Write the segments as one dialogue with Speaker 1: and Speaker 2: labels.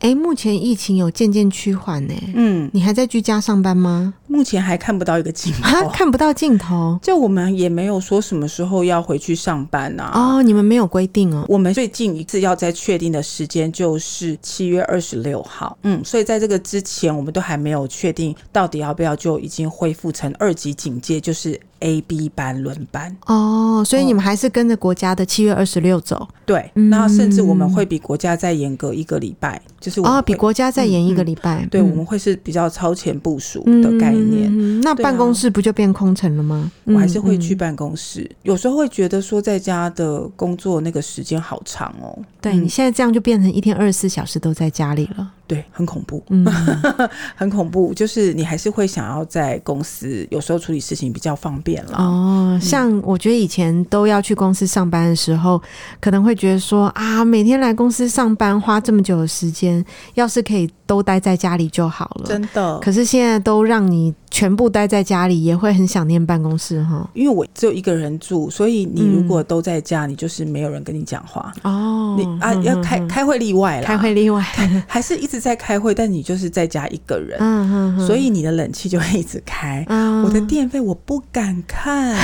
Speaker 1: 哎，目前疫情有渐渐趋缓呢、
Speaker 2: 嗯，
Speaker 1: 你还在居家上班吗？
Speaker 2: 目前还看不到一个尽
Speaker 1: 啊，
Speaker 2: 头，
Speaker 1: 看不到尽头
Speaker 2: 就我们也没有说什么时候要回去上班呐、啊。
Speaker 1: 哦，你们没有规定哦。
Speaker 2: 我们最近一次要在确定的时间就是七月二十六号，嗯，所以在这个之前，我们都还没有确定到底要不要就已经恢复成二级警戒，就是 A、B 班轮班。
Speaker 1: 哦，所以你们还是跟着国家的七月二十六走
Speaker 2: 对，
Speaker 1: 嗯
Speaker 2: 然后甚至我们会比国家再严格一个礼拜，就是我们
Speaker 1: 哦，
Speaker 2: 会
Speaker 1: 比国家再延一个礼拜。
Speaker 2: 对，
Speaker 1: 嗯
Speaker 2: 我们会是比较超前部署的概
Speaker 1: 嗯
Speaker 2: 念。
Speaker 1: 那
Speaker 2: 对啊
Speaker 1: 办公室不就变空城了吗？
Speaker 2: 我还是会
Speaker 1: 嗯
Speaker 2: 去办公室，有时候会觉得说在家的工作那个时间好长哦，
Speaker 1: 对你现在这样就变成一天二十四小时都在家里了。
Speaker 2: 对，很恐怖，
Speaker 1: 嗯，
Speaker 2: 很恐怖。就是你还是会想要在公司，有时候处理事情比较方便了。
Speaker 1: 哦，像我觉得以前都要去公司上班的时候，可能会觉得说啊，每天来公司上班花这么久的时间，要是可以都待在家里就好了。
Speaker 2: 真的，
Speaker 1: 可是现在都让你全部待在家里，也会很想念办公室哈。
Speaker 2: 因为我只有一个人住，所以你如果都在家，你就是没有人跟你讲话。
Speaker 1: 嗯哦
Speaker 2: 你啊，要开开会例外啦，
Speaker 1: 开会例外，
Speaker 2: 还是一直在开会，但你就是在家一个人，
Speaker 1: 嗯嗯，
Speaker 2: 所以你的冷气就会一直开。
Speaker 1: 嗯
Speaker 2: 我的电费我不敢 看，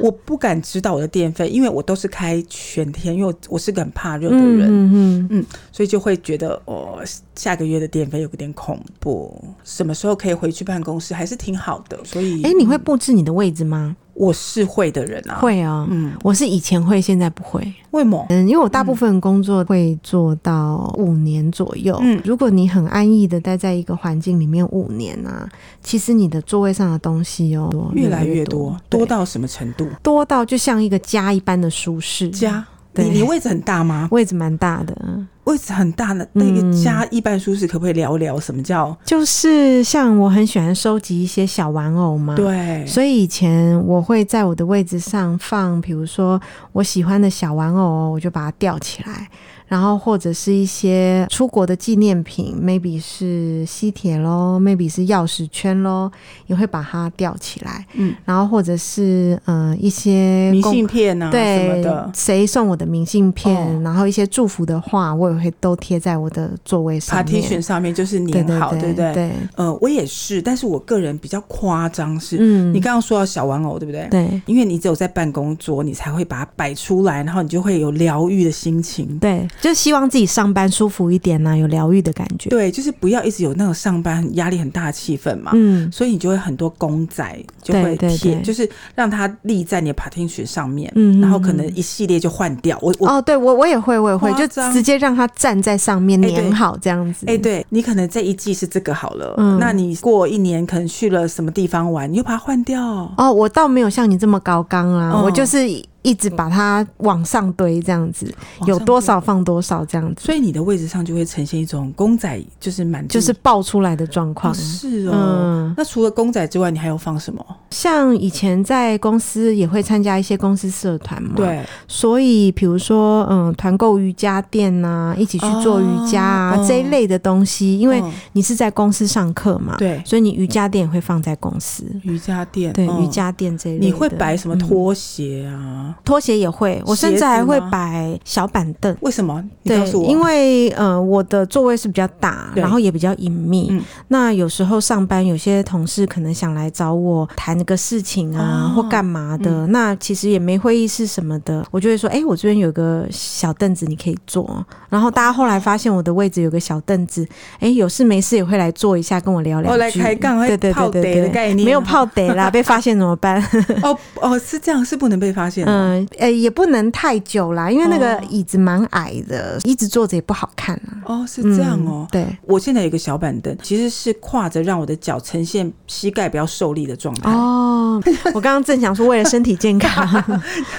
Speaker 2: 我不敢知道我的电费，因为我都是开全天，因为我我是个很怕热的人，
Speaker 1: 嗯嗯嗯，
Speaker 2: 所以就会觉得哦，下个月的电费有点恐怖。什么时候可以回去办公室还是挺好的，所以
Speaker 1: 哎、你会布置你的位置吗？
Speaker 2: 我是会的人啊，，
Speaker 1: 会啊、
Speaker 2: 嗯，
Speaker 1: 我是以前会，现在不会。
Speaker 2: 为么？
Speaker 1: 嗯，因为我大部分工作会做到五年左右。
Speaker 2: 嗯
Speaker 1: 如果你很安逸的待在一个环境里面五年啊，其实你的座位上的东西哦，
Speaker 2: 越来
Speaker 1: 来
Speaker 2: 越
Speaker 1: 多
Speaker 2: 多，，
Speaker 1: 对
Speaker 2: 多到什么程度？
Speaker 1: 多到就像一个家一般的舒适
Speaker 2: 家，
Speaker 1: 对
Speaker 2: 你你位置很大吗？
Speaker 1: 位置蛮大的，嗯
Speaker 2: 位置很大的那个家一般舒适，可不可以聊聊什么叫
Speaker 1: 就是像我很喜欢收集一些小玩偶嘛。。
Speaker 2: 对？
Speaker 1: 所以以前我会在我的位置上放，比如说我喜欢的小玩偶哦，我就把它吊起来，然后或者是一些出国的纪念品，maybe 是吸铁咯 m a y b e 是钥匙圈咯，也会把它吊起来。
Speaker 2: 嗯，
Speaker 1: 然后或者是呃一些
Speaker 2: 明
Speaker 1: 公
Speaker 2: 信片啊什么
Speaker 1: 对
Speaker 2: 的，
Speaker 1: 谁送我的明信片，
Speaker 2: 哦
Speaker 1: 然后一些祝福的话，我也会都贴在我的座位上
Speaker 2: Party
Speaker 1: 面。
Speaker 2: 群上面就是
Speaker 1: 对
Speaker 2: 粘
Speaker 1: 对
Speaker 2: 好，
Speaker 1: 对
Speaker 2: 不对？
Speaker 1: 对，
Speaker 2: 呃，我也是，但是我个人比较夸张是，
Speaker 1: 嗯
Speaker 2: 你刚刚说到小玩偶，对不对？
Speaker 1: 对
Speaker 2: 因为你只有在办公桌，你才会把它摆出来，然后你就会有疗愈的心情。
Speaker 1: 对，就希望自己上班舒服一点呐、啊有疗愈的感觉。
Speaker 2: 对，啊就是不要一直有那种上班压力很大的气氛嘛。
Speaker 1: 嗯，
Speaker 2: 所以你就会很多公仔就
Speaker 1: 对
Speaker 2: 会
Speaker 1: 对
Speaker 2: 贴，
Speaker 1: 对
Speaker 2: 就是让它立在你的 party 群上面，
Speaker 1: 嗯
Speaker 2: 然后
Speaker 1: 嗯
Speaker 2: 可
Speaker 1: 嗯
Speaker 2: 能一系列就换掉。我我
Speaker 1: 哦，对我我也会，我也会，
Speaker 2: 夸
Speaker 1: 就
Speaker 2: 张
Speaker 1: 直接让它站在上面
Speaker 2: 哎对
Speaker 1: 粘好这样子。
Speaker 2: 哎、对你可能这一季是这个好了，
Speaker 1: 嗯
Speaker 2: 那你过一年可能去了什么地方玩，你就把它换掉。
Speaker 1: 哦，我倒没有像你这么高纲啊，
Speaker 2: 嗯
Speaker 1: 我就是一直把它往上堆这样子，有多少放多少这样子，
Speaker 2: 所以你的位置上就会呈现一种公仔，就是满地
Speaker 1: 就是爆出来的状况
Speaker 2: 哦。是哦。
Speaker 1: 嗯，
Speaker 2: 那除了公仔之外，你还有放什么？
Speaker 1: 像以前在公司也会参加一些公司社团嘛，，
Speaker 2: 对，
Speaker 1: 所以比如说嗯，团购瑜伽垫呐、一起去做瑜伽啊、
Speaker 2: 哦
Speaker 1: 这一类的东西，因为啊
Speaker 2: 嗯
Speaker 1: 你是在公司上课嘛，，
Speaker 2: 对
Speaker 1: 所以你瑜伽垫也会放在公司，
Speaker 2: 瑜伽垫，
Speaker 1: 对，
Speaker 2: 嗯
Speaker 1: 瑜，伽垫这一类的，
Speaker 2: 你会摆什么
Speaker 1: 嗯
Speaker 2: 拖鞋啊？
Speaker 1: 拖鞋也会，我甚
Speaker 2: 鞋
Speaker 1: 至
Speaker 2: 子
Speaker 1: 还会
Speaker 2: 吗
Speaker 1: 摆小板凳。
Speaker 2: 为什么？你
Speaker 1: 对
Speaker 2: 告诉，我，
Speaker 1: 因为呃，我的座位是比较大，
Speaker 2: 对
Speaker 1: 然后也比较隐秘。
Speaker 2: 嗯
Speaker 1: 那有时候上班，有些同事可能想来找我谈个事情啊，
Speaker 2: 哦
Speaker 1: 或干嘛的。那其实也没会议室什么的，我就会说：“哎、我这边有个小凳子，你可以坐。”然后大家后来发现我的位置有个小凳子，哎、有事没事也会来坐一下，跟我聊聊。
Speaker 2: 哦来开杠
Speaker 1: 对对对
Speaker 2: 泡
Speaker 1: 对
Speaker 2: 得
Speaker 1: 对，
Speaker 2: 的概念
Speaker 1: 没有
Speaker 2: 哦
Speaker 1: 泡得啦，被发现怎么办？
Speaker 2: 哦哦是这样，是不能被发现的。
Speaker 1: 嗯，呃，也不能太久啦，因为那个
Speaker 2: 哦
Speaker 1: 椅子蛮矮的，一直坐着也不好看啊。
Speaker 2: 哦，是这样哦
Speaker 1: 嗯。对。
Speaker 2: 我现在有一个小板凳，其实是跨着让我的脚呈现膝盖比较受力的状态。
Speaker 1: 哦 哦，我刚刚正想说为了身体健康，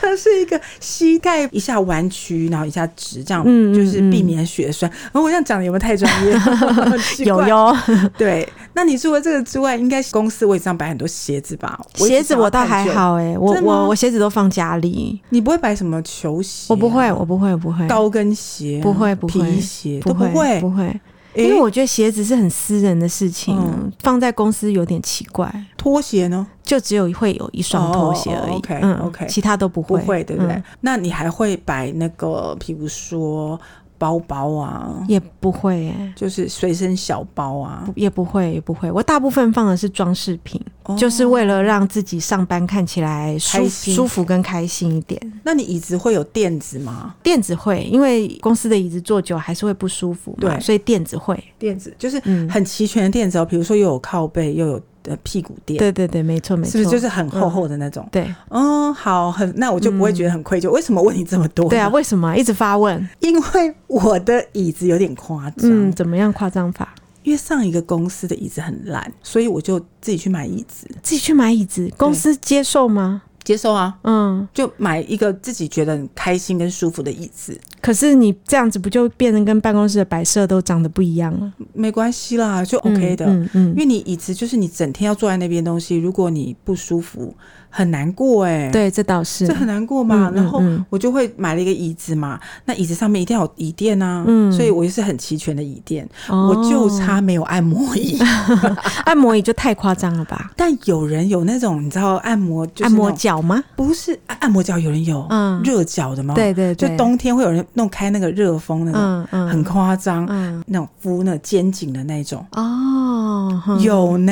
Speaker 2: 它是一个膝盖一下弯曲，然后一下直，这样
Speaker 1: 嗯嗯
Speaker 2: 就是避免血栓。 然后我这样讲的有没有太专业？ 很 奇
Speaker 1: 有。
Speaker 2: 怪
Speaker 1: 哟。
Speaker 2: 对，那你除了这个之外，应该公司位置上摆很多鞋子吧？一直
Speaker 1: 鞋子
Speaker 2: 想要
Speaker 1: 我倒还
Speaker 2: 探究，
Speaker 1: 好哎、我
Speaker 2: 真的吗
Speaker 1: 我我鞋子都放家里，
Speaker 2: 你不会摆什么球鞋啊、
Speaker 1: 我不会，我不会，我不会，
Speaker 2: 高跟鞋啊、
Speaker 1: 不会不会
Speaker 2: 皮鞋
Speaker 1: 不
Speaker 2: 都不
Speaker 1: 会
Speaker 2: 会。
Speaker 1: 不会，
Speaker 2: 诶
Speaker 1: 因为我觉得鞋子是很私人的事情，
Speaker 2: 嗯
Speaker 1: 放在公司有点奇怪，
Speaker 2: 拖鞋呢？
Speaker 1: 就只有会有一双拖鞋而已。
Speaker 2: 哦，OK，
Speaker 1: 嗯
Speaker 2: OK
Speaker 1: 其他都不
Speaker 2: 不
Speaker 1: 会，
Speaker 2: 会，对不对？
Speaker 1: 嗯
Speaker 2: 那你还会摆那个，比如说包包啊，
Speaker 1: 也不会哎、
Speaker 2: 就是随身小包啊
Speaker 1: 不，也不会，也不会。我大部分放的是装饰品，
Speaker 2: 哦
Speaker 1: 就是为了让自己上班看起来舒
Speaker 2: 开心
Speaker 1: 舒服跟开心一点。
Speaker 2: 那你椅子会有垫子吗？
Speaker 1: 垫子会，因为公司的椅子坐久还是会不舒服嘛，
Speaker 2: 对
Speaker 1: 所以垫子会。
Speaker 2: 垫子就是
Speaker 1: 嗯
Speaker 2: 很齐全的垫子哦，比如说又有靠背，又有呃屁股垫，
Speaker 1: 对对对，没错没错，
Speaker 2: 是不是就是很厚厚的那种？
Speaker 1: 对
Speaker 2: 嗯，好，很，那我就不会觉得很愧疚。为什么问你这么多？
Speaker 1: 对啊？，为什么一直发问？
Speaker 2: 因为我的椅子有点夸张，
Speaker 1: 嗯，怎么样夸张法？
Speaker 2: 因为上一个公司的椅子很烂，所以我就自己去买椅子，
Speaker 1: 自己去买椅子，公司接受吗？
Speaker 2: 接受啊，
Speaker 1: 嗯，
Speaker 2: 就买一个自己觉得很开心跟舒服的椅子，
Speaker 1: 可是你这样子不就变得跟办公室的摆设都长得不一样了
Speaker 2: 没关系啦，就 OK 的。
Speaker 1: 嗯嗯
Speaker 2: 因为你椅子就是你整天要坐在那边的东西，如果你不舒服，很难过哎、
Speaker 1: 对，这倒是
Speaker 2: 这。很难过嘛。
Speaker 1: 嗯嗯
Speaker 2: 然后
Speaker 1: 嗯
Speaker 2: 我就会买了一个椅子嘛，那椅子上面一定要有椅垫啊，
Speaker 1: 嗯
Speaker 2: 所以我也是很齐全的椅垫，
Speaker 1: 哦
Speaker 2: 我就差没有按摩 椅。
Speaker 1: 按摩椅就太夸张了吧？
Speaker 2: 但有人有那种你知道按摩就是
Speaker 1: 按摩
Speaker 2: 那种
Speaker 1: 脚吗？
Speaker 2: 不是按按摩脚，有人有
Speaker 1: 嗯
Speaker 2: 热脚的吗？
Speaker 1: 对对
Speaker 2: 哦就
Speaker 1: 对，
Speaker 2: 冬天会有人弄开那个热风那种，
Speaker 1: 嗯嗯
Speaker 2: 很夸张，
Speaker 1: 嗯
Speaker 2: 那种敷那肩颈的那种。
Speaker 1: 哦，哼
Speaker 2: 有 呢，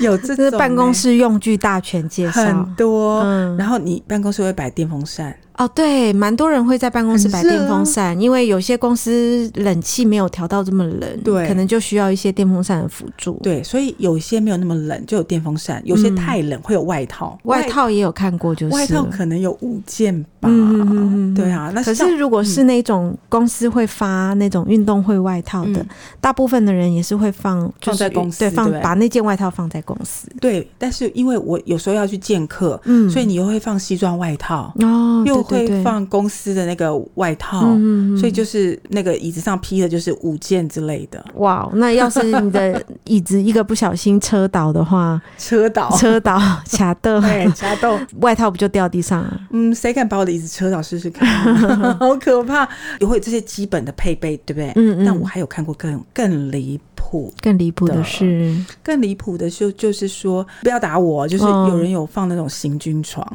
Speaker 2: 有这
Speaker 1: 这
Speaker 2: 种
Speaker 1: 是办公室用具大全介
Speaker 2: 呢
Speaker 1: 绍
Speaker 2: 很。多，
Speaker 1: 嗯
Speaker 2: 然后你办公室会摆电风扇，
Speaker 1: 哦，对，蛮多人会在办公室摆
Speaker 2: 很热
Speaker 1: 电
Speaker 2: 啊
Speaker 1: 风扇，因为有些公司冷气没有调到这么冷，
Speaker 2: 对
Speaker 1: 可能就需要一些电风扇的辅助。，
Speaker 2: 对，所以有一些没有那么冷就有电风扇，有些
Speaker 1: 嗯
Speaker 2: 太冷会有外套，
Speaker 1: 外套也有看过，就是
Speaker 2: 外套
Speaker 1: 了
Speaker 2: 可能有五件吧，
Speaker 1: 嗯嗯嗯嗯
Speaker 2: 对啊，那
Speaker 1: 可
Speaker 2: 像
Speaker 1: 是，如果是那种公司会发那种运动会外套的，
Speaker 2: 嗯
Speaker 1: 大部分的人也是会放，就是
Speaker 2: 放在公司
Speaker 1: 对，放
Speaker 2: 对不对
Speaker 1: 把那件外套放在公司。
Speaker 2: 对，但是因为我有时候要去见客，
Speaker 1: 嗯
Speaker 2: 所以你又会放西装外套，
Speaker 1: 哦，
Speaker 2: 又
Speaker 1: 对对
Speaker 2: 会
Speaker 1: 对
Speaker 2: 放公司的那个外套，
Speaker 1: 嗯嗯嗯
Speaker 2: 所以就是那个椅子上披的就是五件之类的，
Speaker 1: 哇，哦那要是你的椅子一个不小心车倒的话，
Speaker 2: 车倒，
Speaker 1: 车倒卡的，
Speaker 2: 哦对，加豆，
Speaker 1: 外套不就掉地上了？
Speaker 2: 嗯，谁敢把我的椅子车倒试试看 啊？好可怕！也会有这些基本的配备，对不对？
Speaker 1: 嗯嗯
Speaker 2: 但我还有看过更更离谱，
Speaker 1: 更离谱的
Speaker 2: 的
Speaker 1: 是，
Speaker 2: 更离谱的就就是说，不要打我，就是
Speaker 1: 嗯
Speaker 2: 有人有放那种行军床，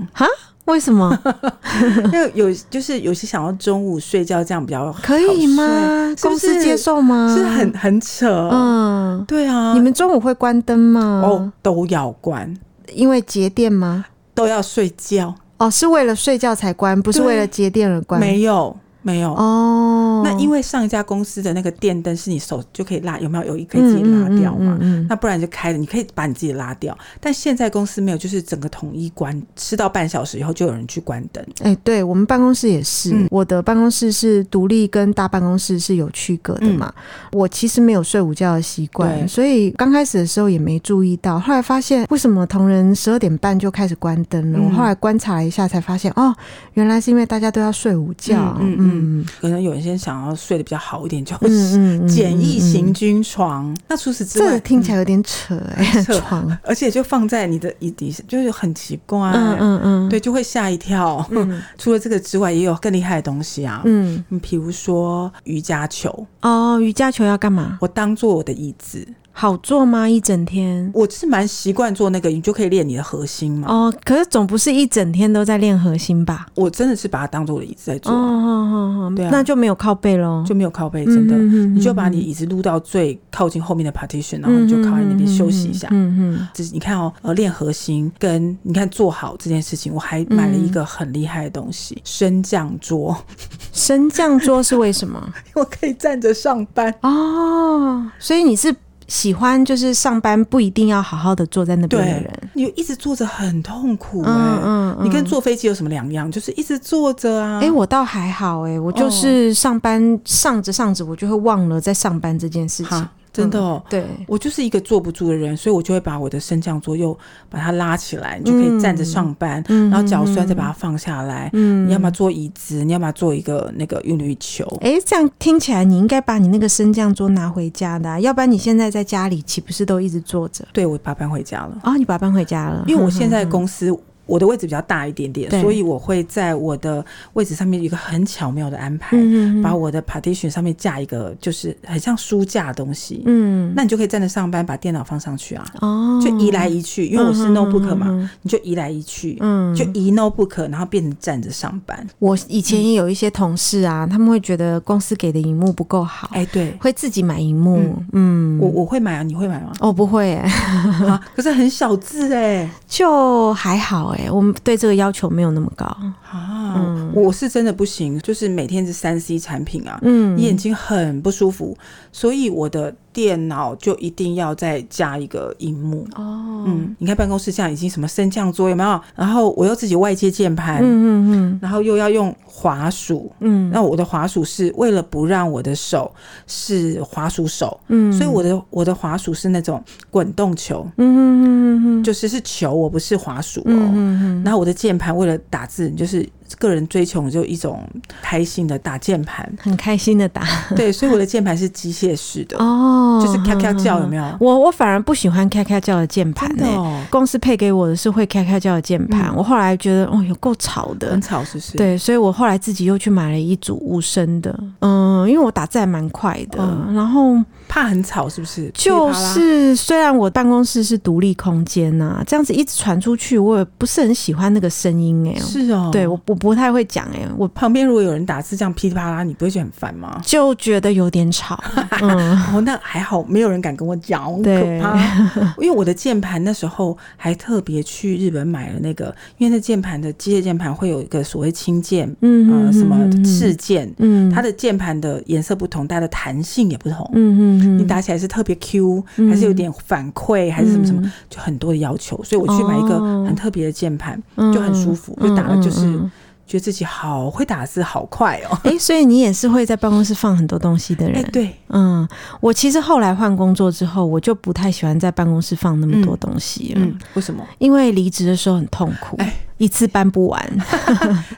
Speaker 1: 为什 么嗯
Speaker 2: 因为有就是有些想要中午睡觉这样比较好
Speaker 1: 可以吗？
Speaker 2: 睡
Speaker 1: 公
Speaker 2: 是
Speaker 1: 司
Speaker 2: 不是
Speaker 1: 接受吗？
Speaker 2: 是很很扯，
Speaker 1: 嗯，
Speaker 2: 对啊，
Speaker 1: 你们中午会关灯吗？
Speaker 2: 哦，都要关，
Speaker 1: 因为节电吗？
Speaker 2: 都要睡觉，
Speaker 1: 哦，是为了睡觉才关，不是
Speaker 2: 对
Speaker 1: 为了节电而关。
Speaker 2: 没有没有。
Speaker 1: 哦，
Speaker 2: 那因
Speaker 1: 为
Speaker 2: 为上一家公司的那个电灯是你手就可以拉，有没有？有一可以自己拉掉嘛？
Speaker 1: 嗯嗯嗯嗯
Speaker 2: 那不然就开着，你可以把你自己拉掉。但现在公司没有，就是整个统一关，吃到半小时以后就有人去关灯。
Speaker 1: 哎、对我们办公室也是，
Speaker 2: 嗯
Speaker 1: 我的办公室是独立跟大办公室是有区隔的嘛。我其实没有睡午觉的习惯，
Speaker 2: 嗯对
Speaker 1: 所以刚开始的时候也没注意到，后来发现为什么同仁十二点半就开始关灯了？
Speaker 2: 嗯
Speaker 1: 我后来观察了一下，才发现哦，原来是因为大家都要睡午觉。
Speaker 2: 嗯
Speaker 1: 嗯
Speaker 2: 嗯可能有一些想要睡得比较好一点，就
Speaker 1: 嗯嗯嗯，
Speaker 2: 简易
Speaker 1: 嗯
Speaker 2: 型
Speaker 1: 嗯
Speaker 2: 军床。那除此之
Speaker 1: 这
Speaker 2: 外，嗯
Speaker 1: 个听起来有点扯哎、
Speaker 2: 很扯
Speaker 1: 床。
Speaker 2: 而且就放在你的椅底下，就是很奇怪。
Speaker 1: 嗯嗯嗯，
Speaker 2: 对，就会吓一跳。
Speaker 1: 嗯
Speaker 2: 除了这个之外，也有更厉害的东西啊。
Speaker 1: 嗯。
Speaker 2: 嗯，比如说瑜伽球，
Speaker 1: 哦，瑜伽球要干嘛？
Speaker 2: 我当做我的椅子，
Speaker 1: 好做吗？一整天？
Speaker 2: 我是蛮习惯做那个，你就可以练你的核心嘛。
Speaker 1: 哦，可是总不是一整天都在练核心吧？
Speaker 2: 我真的是把它当做我的椅子在
Speaker 1: 哦
Speaker 2: 做，啊
Speaker 1: 哦哦，
Speaker 2: 对啊
Speaker 1: 那就没有靠背喽，
Speaker 2: 就没有靠背，真的。
Speaker 1: 嗯
Speaker 2: 你就把你椅子撸到最靠近后面的 partition，然后你就靠在那边休息一下。
Speaker 1: 嗯嗯，
Speaker 2: 就是你看哦，呃，练核心跟你看做好这件事情，我还买了
Speaker 1: 嗯
Speaker 2: 一个很厉害的东西，升降桌，
Speaker 1: 升降桌是为什么？
Speaker 2: 我可以站着上班。
Speaker 1: 哦，所以你是喜欢就是上班不一定要好好的坐在那边的
Speaker 2: 对
Speaker 1: 人，，
Speaker 2: 你一直坐着很痛苦哎、
Speaker 1: 嗯嗯，
Speaker 2: 你跟坐飞机有什么两样？就是一直坐着啊。
Speaker 1: 哎、我倒
Speaker 2: 哦
Speaker 1: 还好哎、我就是上班上着上着，我就会忘了在上班这件事情
Speaker 2: 哈。真的哦。
Speaker 1: 对，
Speaker 2: 我就是一个坐不住的人，所以我就会把我的升降左右把它拉起来，你就可以站着上班，
Speaker 1: 嗯
Speaker 2: 然后脚酸再把它放下来。
Speaker 1: 嗯
Speaker 2: 你要么做椅子，你要么做一个那个韵律球。
Speaker 1: 哎，这样听起来你应该把你那个升降桌拿回家的啊、要不然你现在在家里岂不是都一直坐着？
Speaker 2: 对，我把它搬回家了，
Speaker 1: 哦，你把它搬回家了，
Speaker 2: 因为我
Speaker 1: 哼哼
Speaker 2: 现在公司。我的位置比较大一点
Speaker 1: 嗯
Speaker 2: 点，
Speaker 1: 对
Speaker 2: 所以我会在我的位置上面有一个很巧妙的安
Speaker 1: 嗯
Speaker 2: 排，
Speaker 1: 嗯嗯
Speaker 2: 把我的 partition 上面架一个就是很像书架的东西，
Speaker 1: 嗯，
Speaker 2: 那你就可以站着上班，把电脑放上去啊，
Speaker 1: 哦，
Speaker 2: 就移来移去，因为我是 notebook 嘛，你就移来移去，
Speaker 1: 嗯，哦
Speaker 2: 就移 notebook，然后变成站着上班。
Speaker 1: 我以前也有一些同事啊，他们会觉得公司给的荧幕不够好，
Speaker 2: 哎、对
Speaker 1: 会自己买荧幕，嗯，
Speaker 2: 我我会买啊，你会买吗？
Speaker 1: 哦不会、欸，
Speaker 2: 啊，可是很小字哎、
Speaker 1: 就还好哎、我们对这个要求没有那么高，
Speaker 2: 啊，我是真的不行，就是每天是三 C 产品啊，
Speaker 1: 嗯，
Speaker 2: 眼睛很不舒服，所以我的电脑就一定要再加一个荧幕。
Speaker 1: 哦，
Speaker 2: 嗯，你看办公室这样已经什么升降桌有没有？然后我又自己外接键盘，
Speaker 1: 嗯嗯
Speaker 2: 然后又要用滑鼠。
Speaker 1: 嗯
Speaker 2: 那我的滑鼠是为了不让我的手是滑鼠手，
Speaker 1: 嗯
Speaker 2: 所以我的我的滑鼠是那种滚动球，
Speaker 1: 嗯嗯嗯嗯嗯
Speaker 2: 就是是球，我不是滑鼠哦。
Speaker 1: 嗯嗯
Speaker 2: 然后我的键盘为了打字，就是个人追求就一种开心的打键
Speaker 1: ，
Speaker 2: 盘
Speaker 1: 很开心的打
Speaker 2: 对，所以我的键盘是机械式的，
Speaker 1: 哦，嗯
Speaker 2: 就是咔咔叫有没
Speaker 1: 有？
Speaker 2: 有？
Speaker 1: 我我反而不喜欢咔咔叫的键盘
Speaker 2: 真的、
Speaker 1: 呢、
Speaker 2: 哦，嗯
Speaker 1: 公司配给我的是会咔咔叫的键盘，我后来觉得哦，有够吵的
Speaker 2: 很，吵是不是？，
Speaker 1: 对，所以我后来自己又去买了一组无声的，嗯，因为我打字还蛮快的。
Speaker 2: 嗯
Speaker 1: 然后
Speaker 2: 怕很吵是不是？噼
Speaker 1: 就
Speaker 2: 里啪啦
Speaker 1: 是，虽然我办公室是独立空间呐、这样子一直传出去，我也不是很喜欢那个声音哎、
Speaker 2: 是哦，
Speaker 1: 对我我不太会讲哎、我
Speaker 2: 旁边如果有人打字这样噼里啪啦，你不会觉得很 烦吗？
Speaker 1: 就觉得有点 吵。嗯，
Speaker 2: 哦，那还好，没有人敢跟我讲，好
Speaker 1: 对
Speaker 2: 可怕。因为我的键盘那时候还特别去日本买了那个，因为那键盘的机械键盘会有一个所谓轻键，
Speaker 1: 嗯
Speaker 2: 呃，什么
Speaker 1: 嗯
Speaker 2: 赤键，
Speaker 1: 嗯，
Speaker 2: 它的键盘的颜色不同，它的弹性也不同。
Speaker 1: 嗯嗯嗯，
Speaker 2: 你打起来是特别 Q，
Speaker 1: 嗯
Speaker 2: 还是有点反馈，还是什么什么
Speaker 1: 嗯，
Speaker 2: 就很多的要求。所以我去买一个
Speaker 1: 哦
Speaker 2: 很特别的键盘，
Speaker 1: 嗯
Speaker 2: 就很舒服
Speaker 1: 嗯
Speaker 2: 就打了就是
Speaker 1: 嗯嗯嗯
Speaker 2: 觉得自己好会打字，好快 哦。
Speaker 1: 哎、所以你也是会在办公室放很多东西的人。
Speaker 2: 哎，对，
Speaker 1: 嗯，我其实后来换工作之后，我就不太喜欢在办公室放那么多东西了，
Speaker 2: 嗯，为什么？
Speaker 1: 因为离职的时候很痛苦，
Speaker 2: 哎
Speaker 1: 一次搬不 完。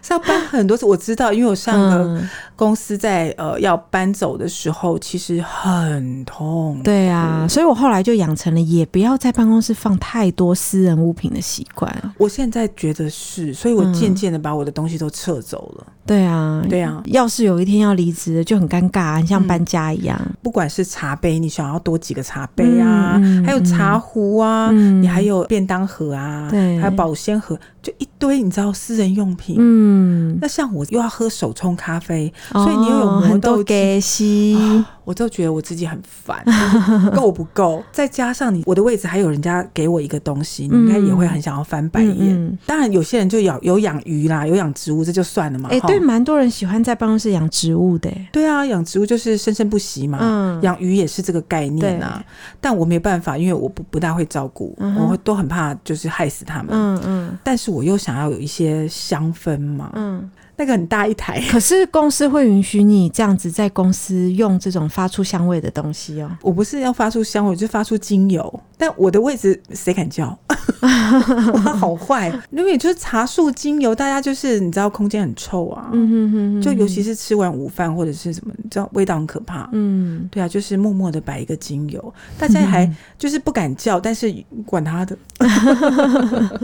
Speaker 2: 上班很多次我知道，因为我上个
Speaker 1: 嗯，
Speaker 2: 公司在呃要搬走的时候，其实很痛。
Speaker 1: 对
Speaker 2: 嗯
Speaker 1: 啊，所以我后来就养成了也不要在办公室放太多私人物品的习惯。
Speaker 2: 我现在觉得是，所以我
Speaker 1: 嗯
Speaker 2: 渐渐的把我的东西都撤走了。
Speaker 1: 对啊，
Speaker 2: 对嗯啊，
Speaker 1: 要是有一天要离职，就很尴尬、啊，像搬家一样。
Speaker 2: 不管是茶杯，你想要多几个茶杯啊，
Speaker 1: 嗯嗯
Speaker 2: 还有茶壶啊，
Speaker 1: 嗯
Speaker 2: 你还有便当盒啊，
Speaker 1: 对
Speaker 2: 还有保鲜盒，就一堆，你知道私人用品。
Speaker 1: 嗯，
Speaker 2: 那像我又要喝手冲咖啡，所以你又有
Speaker 1: 哦
Speaker 2: 磨
Speaker 1: 很多
Speaker 2: 豆机。
Speaker 1: 给息，
Speaker 2: 啊我就觉得我自己很烦，就是 够不够？再加上你我的位置还有人家给我一个东西，你应该也会很想要翻白眼。
Speaker 1: 嗯嗯
Speaker 2: 当然，有些人就养有养鱼啦，有养植物，这就算了嘛。
Speaker 1: 哎、
Speaker 2: 哈
Speaker 1: 对，蛮多人喜欢在办公室养植物的、欸。
Speaker 2: 对啊，养植物就是生生不息嘛。
Speaker 1: 嗯，
Speaker 2: 养鱼也是这个概念啊，但我没办法，因为我不不大会照顾，
Speaker 1: 嗯哼
Speaker 2: 我会都很怕就是害死它们。
Speaker 1: 嗯嗯
Speaker 2: 但是我又想要有一些香氛嘛，
Speaker 1: 嗯。
Speaker 2: 那个很大一台，
Speaker 1: 可是公司会允许你这样子在公司用这种发出香味的东西哦。
Speaker 2: 我不是要发出香味，我就发出精油。但我的位置谁敢 叫？我好坏，因为就是茶树精油，大家就是你知道空间很臭啊，
Speaker 1: 嗯哼哼哼
Speaker 2: 就尤其是吃完午饭或者是什么，你知道味道很可怕。
Speaker 1: 嗯，
Speaker 2: 对啊，就是默默的摆一个精油，大家还就是不敢叫，但是管他的，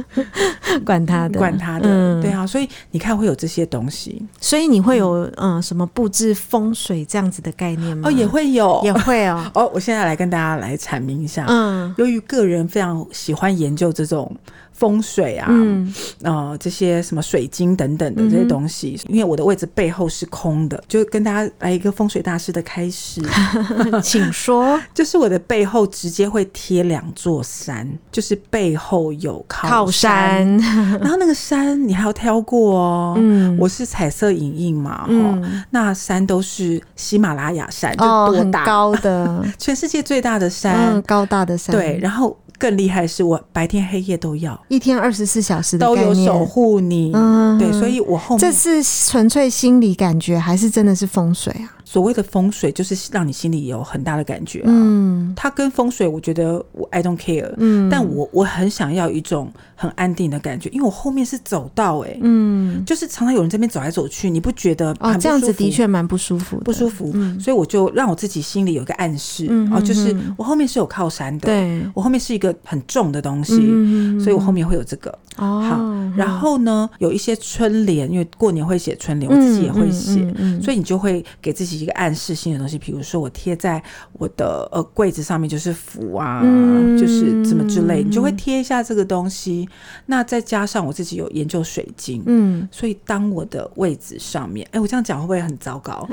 Speaker 1: 管他的，
Speaker 2: 嗯管他的，
Speaker 1: 嗯
Speaker 2: 对啊，所以你看会有这些东西
Speaker 1: 所以你会有嗯、呃什么布置风水这样子的概念吗？
Speaker 2: 哦，也会有，
Speaker 1: 嗯也会 哦。
Speaker 2: 哦，我现在来跟大家来阐明一下。
Speaker 1: 嗯
Speaker 2: 由于个人非常喜欢研究这种风水啊，
Speaker 1: 嗯
Speaker 2: 呃，这些什么水晶等等的这些东西，因为我的位置背后是空的，就跟大家来一个风水大师的开 始，
Speaker 1: 嗯请 说
Speaker 2: 就是我的背后直接会贴两座山，就是背后有
Speaker 1: 靠
Speaker 2: 山，
Speaker 1: 山。
Speaker 2: 然后那个山你还要挑过哦。
Speaker 1: 嗯
Speaker 2: 我是彩色影印嘛，哈、
Speaker 1: 嗯
Speaker 2: 那山都是喜马拉雅哦山，就
Speaker 1: 哦，
Speaker 2: 多
Speaker 1: 很
Speaker 2: 大？
Speaker 1: 高 的，
Speaker 2: 全世界最大的山。
Speaker 1: 嗯，高大的山，
Speaker 2: 对，，然后更厉害的是我白天黑夜都要，
Speaker 1: 一天二十四小时的
Speaker 2: 都
Speaker 1: 概
Speaker 2: 有
Speaker 1: 念
Speaker 2: 守护你。
Speaker 1: 嗯
Speaker 2: 对，所以我后
Speaker 1: 这
Speaker 2: 面
Speaker 1: 是纯粹心理感觉，还是真的是风水啊？
Speaker 2: 所谓的风水，就是让你心里有很大的感觉、啊。
Speaker 1: 嗯
Speaker 2: 它跟风水，我觉得我 I don't care，、
Speaker 1: 嗯，
Speaker 2: 但我我很想要一种很安定的感觉，因为我后面是走道、欸，
Speaker 1: 嗯
Speaker 2: 就是常常有人这边走来走去，你不觉得
Speaker 1: 哦，
Speaker 2: 很不
Speaker 1: 这样子
Speaker 2: 舒服
Speaker 1: 的确蛮不舒服的，
Speaker 2: 不舒服，
Speaker 1: 嗯
Speaker 2: 所以我就让我自己心里有一个暗示，
Speaker 1: 嗯
Speaker 2: 哦，就是
Speaker 1: 嗯嗯
Speaker 2: 我后面是有靠山的，
Speaker 1: 对，
Speaker 2: 我后面是一个很重的东西，
Speaker 1: 嗯
Speaker 2: 所以我后面会有这个。
Speaker 1: 哦，
Speaker 2: 好然后呢，有一些春联，因为过年会写春联，我自己也会写。
Speaker 1: 嗯嗯嗯
Speaker 2: 所以你就会给自己一个暗示性的东西，比如说我贴在我的呃柜子上面就是符啊，
Speaker 1: 嗯
Speaker 2: 就是怎么之类，你就会贴一下这个东西。那再加上我自己有研究水晶，
Speaker 1: 嗯，
Speaker 2: 所以当我的位置上面，哎，我这样讲会不会很糟 糕？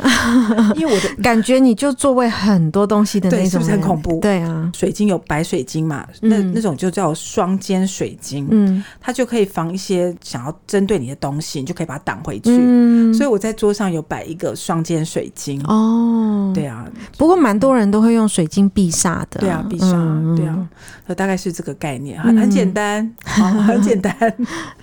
Speaker 2: 因为我的
Speaker 1: 感觉你就座位很多东西的那
Speaker 2: 对
Speaker 1: 种，
Speaker 2: 是不是很恐怖
Speaker 1: 对啊，
Speaker 2: 水晶有白水晶嘛，那
Speaker 1: 嗯
Speaker 2: 那种就叫双肩水晶，
Speaker 1: 嗯
Speaker 2: 它就可以防一些想要针对你的东西，你就可以把它挡回去。
Speaker 1: 嗯，
Speaker 2: 所以我在桌上有摆一个双肩水晶。
Speaker 1: 哦，
Speaker 2: 对啊，
Speaker 1: 不过蛮多人都会用水晶避煞的，
Speaker 2: 对啊，必杀，
Speaker 1: 嗯
Speaker 2: 对，啊，呃大概是这个概念，很很简单，好很 简单，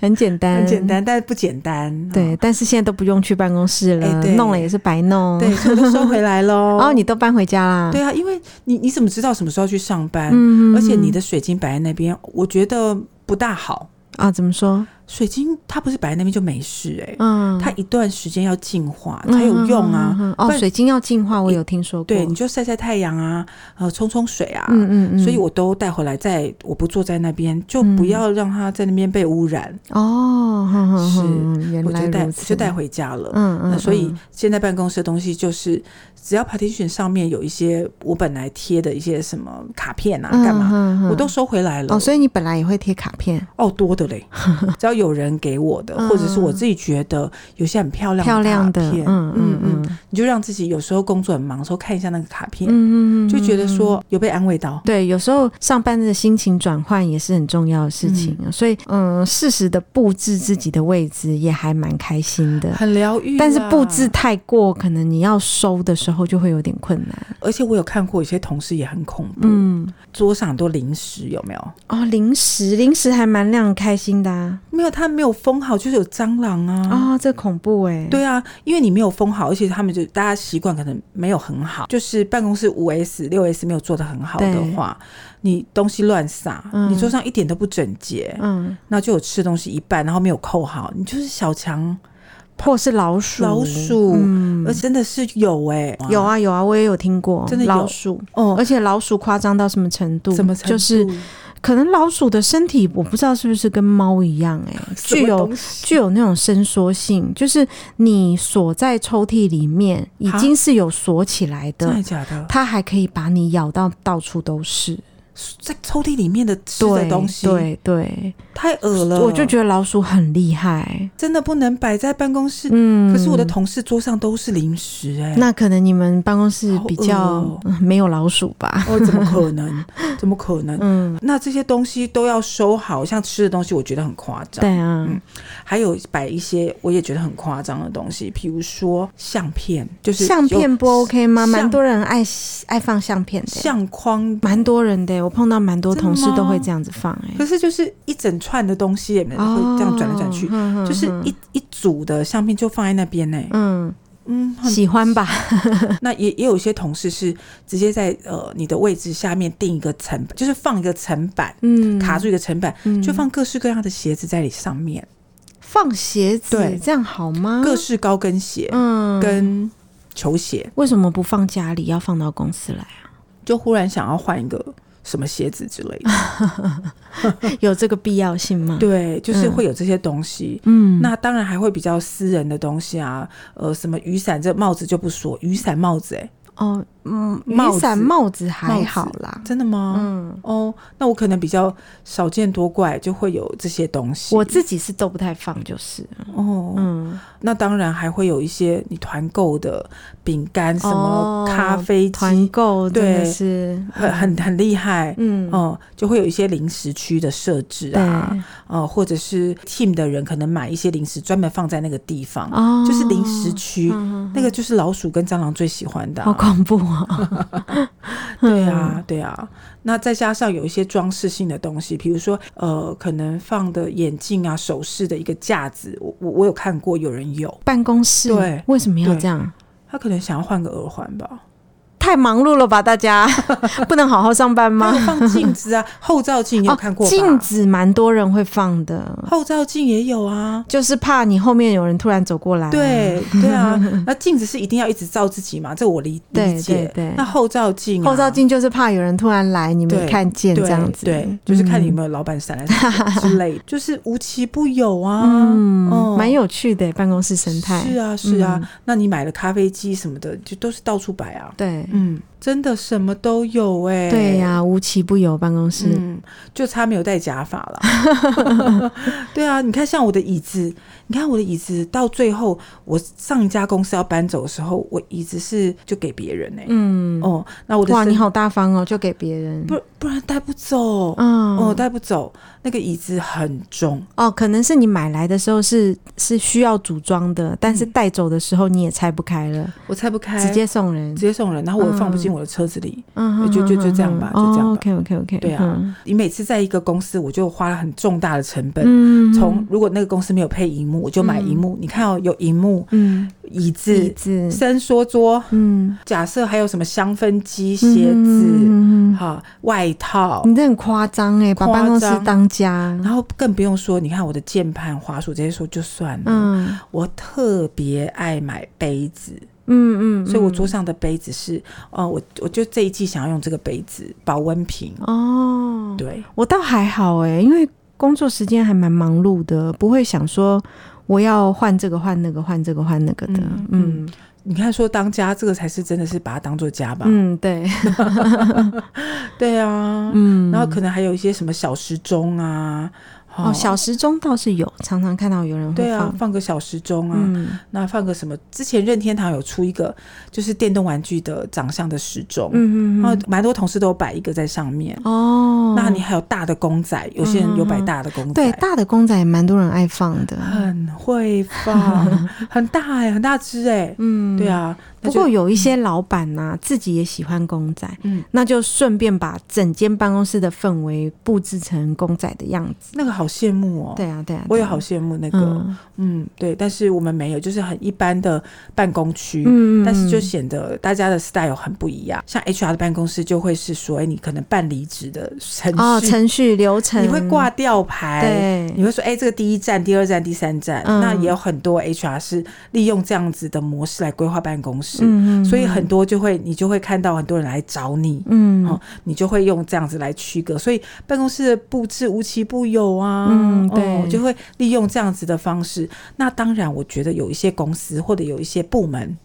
Speaker 1: 很简单，
Speaker 2: 很简。单，但是不简单。
Speaker 1: 嗯对，
Speaker 2: 哦
Speaker 1: 但是现在都不用去办公室了，
Speaker 2: 哎对
Speaker 1: 弄了也是白弄。
Speaker 2: 对，所以我都收回来喽。
Speaker 1: 哦，你都搬回家啦。
Speaker 2: 对啊，因为你你怎么知道什么时候去上班？
Speaker 1: 嗯，嗯
Speaker 2: 而且你的水晶摆在那边，我觉得不大好。
Speaker 1: 啊，怎么说？
Speaker 2: 水晶它不是摆在那边就没事哎、
Speaker 1: 嗯，
Speaker 2: 它一段时间要净化才有用啊。
Speaker 1: 嗯嗯嗯嗯
Speaker 2: 不
Speaker 1: 哦，
Speaker 2: 然
Speaker 1: 水晶要净化，我有听说过。
Speaker 2: 对，你就晒晒太阳啊，呃，冲冲水啊。
Speaker 1: 嗯嗯嗯，
Speaker 2: 所以我都带回来在，我不坐在那边，就不要让它在那边被污染，
Speaker 1: 哦，哼哼
Speaker 2: 是
Speaker 1: 哼原
Speaker 2: 我
Speaker 1: 来
Speaker 2: 就带
Speaker 1: 如
Speaker 2: 我
Speaker 1: 此，
Speaker 2: 就带回家了。
Speaker 1: 嗯嗯
Speaker 2: 那
Speaker 1: 嗯，
Speaker 2: 所以现在办公室的东西就是，只要 partition 上面有一些我本来贴的一些什么卡片啊，干嘛，
Speaker 1: 嘛
Speaker 2: 我都收回来了。
Speaker 1: 嗯哦，所以你本来也会贴卡片，
Speaker 2: 哦，多的 嘞，只要有人给我的，或者是我自己觉得有些很漂亮
Speaker 1: 嗯漂亮
Speaker 2: 的
Speaker 1: 的，
Speaker 2: 卡片，
Speaker 1: 嗯嗯嗯
Speaker 2: 你就让自己有时候工作很忙的时候看一下那个卡片，
Speaker 1: 嗯嗯，
Speaker 2: 就觉得说有被安慰到。
Speaker 1: 对，有时候上班的心情转换也是很重要的事情啊，所以嗯，适时的布置自己的位置也还蛮开心的。
Speaker 2: 很疗愈、
Speaker 1: 但是布置，太过，可能你要收的时候就会有点困难。
Speaker 2: 而且我有看过有些同事也很恐怖，
Speaker 1: 嗯，
Speaker 2: 桌上很多零食有没有？
Speaker 1: 哦，零食，零食还蛮让人开心的啊。
Speaker 2: 没有，他没有封好，就是有蟑螂啊。
Speaker 1: 哦，这恐怖哎、，
Speaker 2: 对啊，因为你没有封好，而且他们就大家习惯可能没有很好，就是办公室五 S、六 S 没有做的很好的
Speaker 1: 对
Speaker 2: 话，你东西乱撒，
Speaker 1: 嗯
Speaker 2: 你桌上一点都不整洁，
Speaker 1: 嗯，
Speaker 2: 那就有吃东西一半，然后没有扣好，你就是小强，
Speaker 1: 或是老鼠，
Speaker 2: 老鼠
Speaker 1: 嗯
Speaker 2: 而，且真的是有哎、
Speaker 1: 有啊有啊，我也有听过，
Speaker 2: 真的有
Speaker 1: 老鼠，
Speaker 2: 哦
Speaker 1: 而，且老鼠夸张到什么程度？
Speaker 2: 怎么程度
Speaker 1: 就是可能老鼠的身体，我不知道是不是跟猫一样、欸，哎，具有具有那种伸缩性，就是你锁在抽屉里面已经是有锁起来
Speaker 2: 真的
Speaker 1: 的，
Speaker 2: 假的？
Speaker 1: 它还可以把你咬到到处都是。
Speaker 2: 在抽屉里面的吃的
Speaker 1: 对
Speaker 2: 东西，
Speaker 1: 对对，
Speaker 2: 太恶了，
Speaker 1: 我就觉得老鼠很厉害。
Speaker 2: 真的不能摆在办公室。
Speaker 1: 嗯，
Speaker 2: 可是我的同事桌上都是零食、哎，
Speaker 1: 那可能你们办公室比
Speaker 2: 好
Speaker 1: 较
Speaker 2: 恶哦
Speaker 1: 嗯没有老鼠吧？
Speaker 2: 哦，怎么 可能？怎么可能？
Speaker 1: 嗯，
Speaker 2: 那这些东西都要收好，像吃的东西，我觉得很夸张。
Speaker 1: 对啊，
Speaker 2: 嗯还有摆一些我也觉得很夸张的东西，比如说相片，就是
Speaker 1: 相片
Speaker 2: 有
Speaker 1: 不 OK 吗？
Speaker 2: 相
Speaker 1: 蛮多人爱爱放相片的欸、
Speaker 2: 相框，
Speaker 1: 蛮多人的欸、我碰到蛮多
Speaker 2: 真的
Speaker 1: 同事
Speaker 2: 吗
Speaker 1: 都会这样子放、欸，
Speaker 2: 可是就是一整串的东西，也会
Speaker 1: 哦嗯
Speaker 2: 这样转来转去，
Speaker 1: 哼哼
Speaker 2: 就是
Speaker 1: 哦哼
Speaker 2: 一一组的相片就放在那边呢、
Speaker 1: 嗯，
Speaker 2: 嗯，很
Speaker 1: 喜欢吧？
Speaker 2: 那也也有一些同事是直接在呃你的位置下面定一个层，就是放一个层板，
Speaker 1: 嗯，
Speaker 2: 卡住一个层板，
Speaker 1: 嗯
Speaker 2: 就放各式各样的鞋子在你上面，
Speaker 1: 放鞋子，
Speaker 2: 对
Speaker 1: 这样好吗？
Speaker 2: 各式高跟鞋
Speaker 1: 嗯，
Speaker 2: 跟球鞋，
Speaker 1: 为什么不放家里，要放到公司 来？
Speaker 2: 就忽然想要换一个什么鞋子之类 的。
Speaker 1: 有这个必要性吗？，
Speaker 2: 对，就是
Speaker 1: 嗯
Speaker 2: 会有这些东西。
Speaker 1: 嗯，
Speaker 2: 那当然还会比较私人的东西啊，呃，什么雨伞这帽子就不说，雨伞帽子、欸，
Speaker 1: 哦，嗯，
Speaker 2: 帽
Speaker 1: 雨
Speaker 2: 子
Speaker 1: 伞帽子还
Speaker 2: 帽子
Speaker 1: 好啦。
Speaker 2: 真的吗？
Speaker 1: 嗯，
Speaker 2: 哦，那我可能比较少见多怪，就会有这些东西。
Speaker 1: 我自己是都不太放，就是，
Speaker 2: 哦，
Speaker 1: 嗯，
Speaker 2: 那当然还会有一些你团购的饼干，什么
Speaker 1: 哦
Speaker 2: 咖啡机，
Speaker 1: 团购真的
Speaker 2: 对
Speaker 1: 是
Speaker 2: 很很很厉害。
Speaker 1: 嗯，
Speaker 2: 哦、就会有一些零食区的设置
Speaker 1: 对，
Speaker 2: 啊，呃，或者是 team 的人可能买一些零食，专门放在那个地方，
Speaker 1: 哦，
Speaker 2: 就是零食区，
Speaker 1: 嗯，嗯
Speaker 2: 那个就是老鼠跟蟑螂最喜欢的、
Speaker 1: 好
Speaker 2: 啊。
Speaker 1: 恐怖哦，
Speaker 2: 对啊，对啊。那再加上有一些装饰性的东西，比如说呃，可能放的眼镜啊、首饰的一个架子，我我我有看过有人有，
Speaker 1: 办公室
Speaker 2: 对
Speaker 1: 为什么要
Speaker 2: 对
Speaker 1: 这样？
Speaker 2: 他可能想要换个耳环吧，
Speaker 1: 太忙碌了吧，大 家不能好好上班
Speaker 2: 他
Speaker 1: 吗
Speaker 2: 有？放镜 子啊，后照镜你有看过
Speaker 1: 哦
Speaker 2: 吧？
Speaker 1: 镜子蛮多人会放的，
Speaker 2: 后照镜也有啊。
Speaker 1: 就是怕你后面有人突然走过来、，
Speaker 2: 对对 啊，那镜子是一定要一直照自己嘛，这我理
Speaker 1: 对
Speaker 2: 理解。
Speaker 1: 对对
Speaker 2: 那后照镜、啊，
Speaker 1: 后照镜就是怕有人突然来，你没
Speaker 2: 对
Speaker 1: 看见这样子，
Speaker 2: 对，对就是看你有
Speaker 1: 嗯
Speaker 2: 没有老板闪来闪去之 类的，就是无奇不有啊，
Speaker 1: 嗯，
Speaker 2: 嗯
Speaker 1: 蛮、有趣的办公室生态，嗯
Speaker 2: 是啊，是啊，那你买了咖啡机什么的，就都是到处摆啊，
Speaker 1: 对。
Speaker 2: 嗯，真的什么都有哎、
Speaker 1: 对呀、、无奇不有办公室。
Speaker 2: 嗯，就差没有戴假发了。 对啊，你看像我的椅子，你看我的椅子到最后，我上一家公司要搬走的时候，我椅子是就给别人哎、
Speaker 1: 嗯，
Speaker 2: 哦，那我的
Speaker 1: 哇，
Speaker 2: 身
Speaker 1: 你好大方哦，就给别人。
Speaker 2: 不不然带不走，
Speaker 1: 嗯，
Speaker 2: 哦，
Speaker 1: 哦
Speaker 2: 带不走，那个椅子很重。
Speaker 1: 可能是你买来的时候是是需要组装的，但是带走的时候你也拆不开了，
Speaker 2: 我嗯拆不开，
Speaker 1: 直接送人
Speaker 2: 直。接送人，然后我
Speaker 1: 嗯
Speaker 2: 放不进我的车子里。
Speaker 1: 嗯，哦
Speaker 2: 就就就这样吧就这样吧
Speaker 1: OK OK OK，
Speaker 2: 对啊你每次在一个公司，我就花了很重大的成本。
Speaker 1: 嗯，
Speaker 2: 从如果那个公司没有配荧幕，我就买荧幕。你看哦，有荧幕、
Speaker 1: 嗯
Speaker 2: 椅
Speaker 1: 椅
Speaker 2: 子、
Speaker 1: 子，
Speaker 2: 伸缩桌，
Speaker 1: 嗯，
Speaker 2: 假设还有什么香氛机、鞋子，
Speaker 1: 嗯嗯嗯嗯
Speaker 2: 哈、外套，
Speaker 1: 你这很夸张哎，把
Speaker 2: 夸
Speaker 1: 办
Speaker 2: 张
Speaker 1: 公室当家。
Speaker 2: 然后更不用说，你看我的键盘、滑鼠这些说就算了。
Speaker 1: 嗯
Speaker 2: 我特别爱买杯子，
Speaker 1: 嗯嗯，
Speaker 2: 所以我
Speaker 1: 嗯
Speaker 2: 桌上的杯子是，哦、我我就这一季想要用这个杯子，保温瓶。
Speaker 1: 哦，
Speaker 2: 对，
Speaker 1: 我倒还好哎、因为工作时间还蛮忙碌的，不会想说我要换这个换那个换这个换那个的。
Speaker 2: 嗯
Speaker 1: 嗯
Speaker 2: 你看说当家这个才是真的是把它当做家吧？
Speaker 1: 嗯，对，
Speaker 2: 对啊，
Speaker 1: 嗯。
Speaker 2: 然后可能还有一些什么小时钟啊，
Speaker 1: 哦，小时钟倒是有，常常看到有人会
Speaker 2: 对
Speaker 1: 放。
Speaker 2: 啊，放个小时钟啊，
Speaker 1: 嗯
Speaker 2: 那放个什么？之前任天堂有出一个就是电动玩具的长相的时钟，
Speaker 1: 嗯嗯
Speaker 2: 然后
Speaker 1: 嗯。
Speaker 2: 蛮多同事都有摆一个在上面。
Speaker 1: 哦，嗯
Speaker 2: 哦那你还有大的公仔，有些人有摆大的公仔，
Speaker 1: 对大的公仔也蛮多人爱放的。
Speaker 2: 很会 放，很大哎、很大只哎、
Speaker 1: 嗯，
Speaker 2: 对。啊，那
Speaker 1: 不
Speaker 2: 就
Speaker 1: 过有一些老板呐、自己也喜欢公仔，
Speaker 2: 嗯，
Speaker 1: 那就顺便把整间办公室的氛围布置成公仔的样子。
Speaker 2: 那个好羡慕哦、
Speaker 1: 对啊，对啊，
Speaker 2: 我也
Speaker 1: 对啊
Speaker 2: 好羡慕那个，嗯
Speaker 1: 嗯
Speaker 2: 对，但是我们没有，就是很一般的办公区。
Speaker 1: 嗯，
Speaker 2: 但是就
Speaker 1: 嗯
Speaker 2: 显得大家的 style 很不一样，像 HR 的办公室就会是说，哎、你可能办离职的程序，
Speaker 1: 哦，程序流程
Speaker 2: 你会挂吊牌，你
Speaker 1: 对，
Speaker 2: 会说，哎、这个第一站、第二站、第三站，
Speaker 1: 嗯
Speaker 2: 那也有很多 HR 是利用这样子的模式来规划办公室，
Speaker 1: 嗯
Speaker 2: 所以很多就会你就会看到很多人来找你，
Speaker 1: 嗯
Speaker 2: 哦，你就会用这样子来区隔，所以办公室的布置无奇不有啊，
Speaker 1: 嗯
Speaker 2: 哦
Speaker 1: 对
Speaker 2: 就会利用这样子的方式。那当然，我觉得有一些公司或者有一些部门。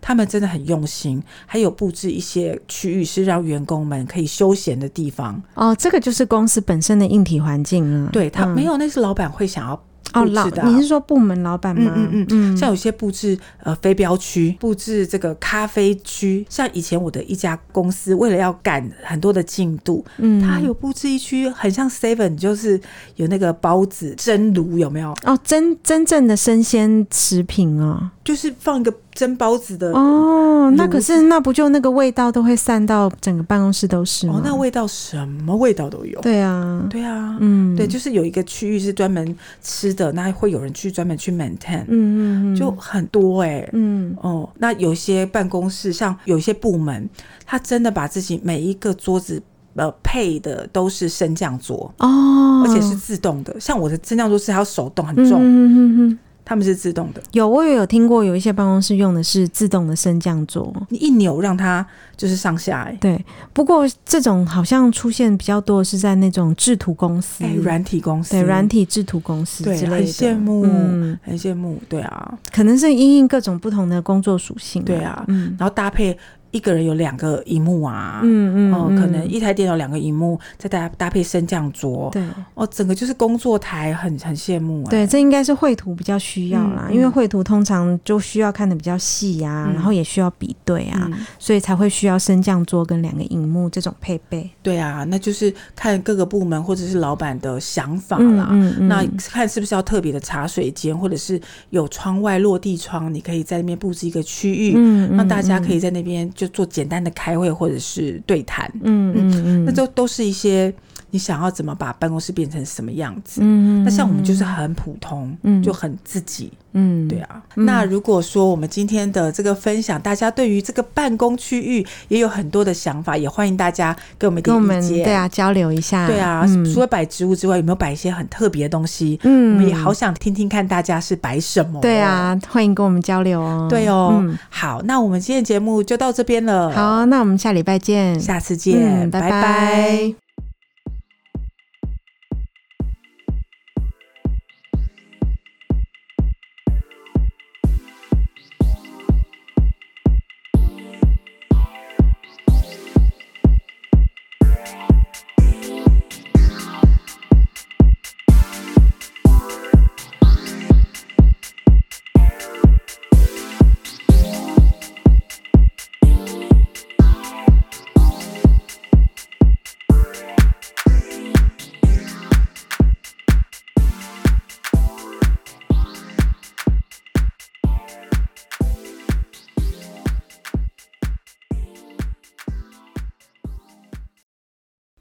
Speaker 2: 他们真的很用心，还有布置一些区域是让员工们可以休闲的地方。
Speaker 1: 哦，这个就是公司本身的硬体环境了。
Speaker 2: 对他、
Speaker 1: 嗯
Speaker 2: 没有，那是老板会想要
Speaker 1: 哦，
Speaker 2: 布
Speaker 1: 老
Speaker 2: 置的啊、
Speaker 1: 你是说部门老板吗？
Speaker 2: 嗯嗯
Speaker 1: 嗯
Speaker 2: 像有些布置呃非标区，布置这个咖啡区。像以前我的一家公司，为了要赶很多的进度，
Speaker 1: 嗯
Speaker 2: 它有布置一区，很像 Seven，就是有那个包子蒸炉，有没有？
Speaker 1: 哦，真真正的生鲜食品哦，
Speaker 2: 就是放一个蒸包子的。
Speaker 1: 哦，那
Speaker 2: 炉
Speaker 1: 可是那不就那个味道都会散到整个办公室都是吗？
Speaker 2: 哦，那味道什么味道都有。
Speaker 1: 对啊，
Speaker 2: 对啊，
Speaker 1: 嗯，
Speaker 2: 对，就是有一个区域是专门吃的，那会有人去专门去 maintain，、
Speaker 1: 嗯嗯嗯，
Speaker 2: 就很多哎、
Speaker 1: 嗯
Speaker 2: 哦，那有些办公室，像有些部门，他真的把自己每一个桌子呃配的都是升降桌，
Speaker 1: 哦，
Speaker 2: 而且是自动的。像我的升降桌是它要手动，很
Speaker 1: 嗯
Speaker 2: 重，
Speaker 1: 嗯嗯嗯，
Speaker 2: 他们是自动的，
Speaker 1: 有我也有听过有一些办公室用的是自动的升降桌，
Speaker 2: 你一扭让它就是上下哎、
Speaker 1: 对，不过这种好像出现比较多的是在那种制图公司，
Speaker 2: 哎，软体公司，
Speaker 1: 嗯对软体制图公司
Speaker 2: 对
Speaker 1: 之类的，
Speaker 2: 很羡慕
Speaker 1: 嗯，
Speaker 2: 很羡慕，对啊，
Speaker 1: 可能是因应各种不同的工作属性、
Speaker 2: 对，啊，
Speaker 1: 嗯
Speaker 2: 然后搭配一个人有两个荧幕啊。
Speaker 1: 嗯嗯，
Speaker 2: 哦，可能
Speaker 1: 嗯
Speaker 2: 一台电脑两个荧幕，再搭搭配升降桌，
Speaker 1: 对
Speaker 2: 哦，整个就是工作台很，很羡慕、哎。
Speaker 1: 对，这应该是绘图比较需要啦，
Speaker 2: 嗯嗯
Speaker 1: 因为绘图通常就需要看的比较细呀、
Speaker 2: 嗯
Speaker 1: 然后也需要比对啊，
Speaker 2: 嗯
Speaker 1: 所以才会需要升降桌跟两个荧幕这种配备。
Speaker 2: 对啊，那就是看各个部门或者是老板的想法
Speaker 1: 嗯
Speaker 2: 啦。
Speaker 1: 嗯嗯，
Speaker 2: 那看是不是要特别的茶水间，或者是有窗外落地窗，你可以在那边布置一个区域，
Speaker 1: 嗯，
Speaker 2: 让大家可
Speaker 1: 以，
Speaker 2: 以在那边就做简单的开会或者是对谈，
Speaker 1: 嗯嗯嗯，
Speaker 2: 那都都是一些你想要怎么把办公室变成什么样子。
Speaker 1: 嗯，
Speaker 2: 那像我们就是很普通，
Speaker 1: 嗯
Speaker 2: 就很自己，
Speaker 1: 嗯，
Speaker 2: 对啊。那如果说我们今天的这个分享，大家对于这个办公区域也有很多的想法，也欢迎大家给我们一
Speaker 1: 跟我
Speaker 2: 点
Speaker 1: 们
Speaker 2: 意见。
Speaker 1: 对啊交流一下，
Speaker 2: 对啊，
Speaker 1: 嗯
Speaker 2: 除了摆植物之外，有没有摆一些很特别的东西？
Speaker 1: 嗯
Speaker 2: 我们也好想哦听听看大家是摆什么。
Speaker 1: 对，啊，欢迎跟我们交流哦，
Speaker 2: 对哦。
Speaker 1: 嗯
Speaker 2: 好，那我们今天的节目就到这边了，
Speaker 1: 好，那我们下礼拜见，
Speaker 2: 下次见，
Speaker 1: 嗯，拜
Speaker 2: 拜拜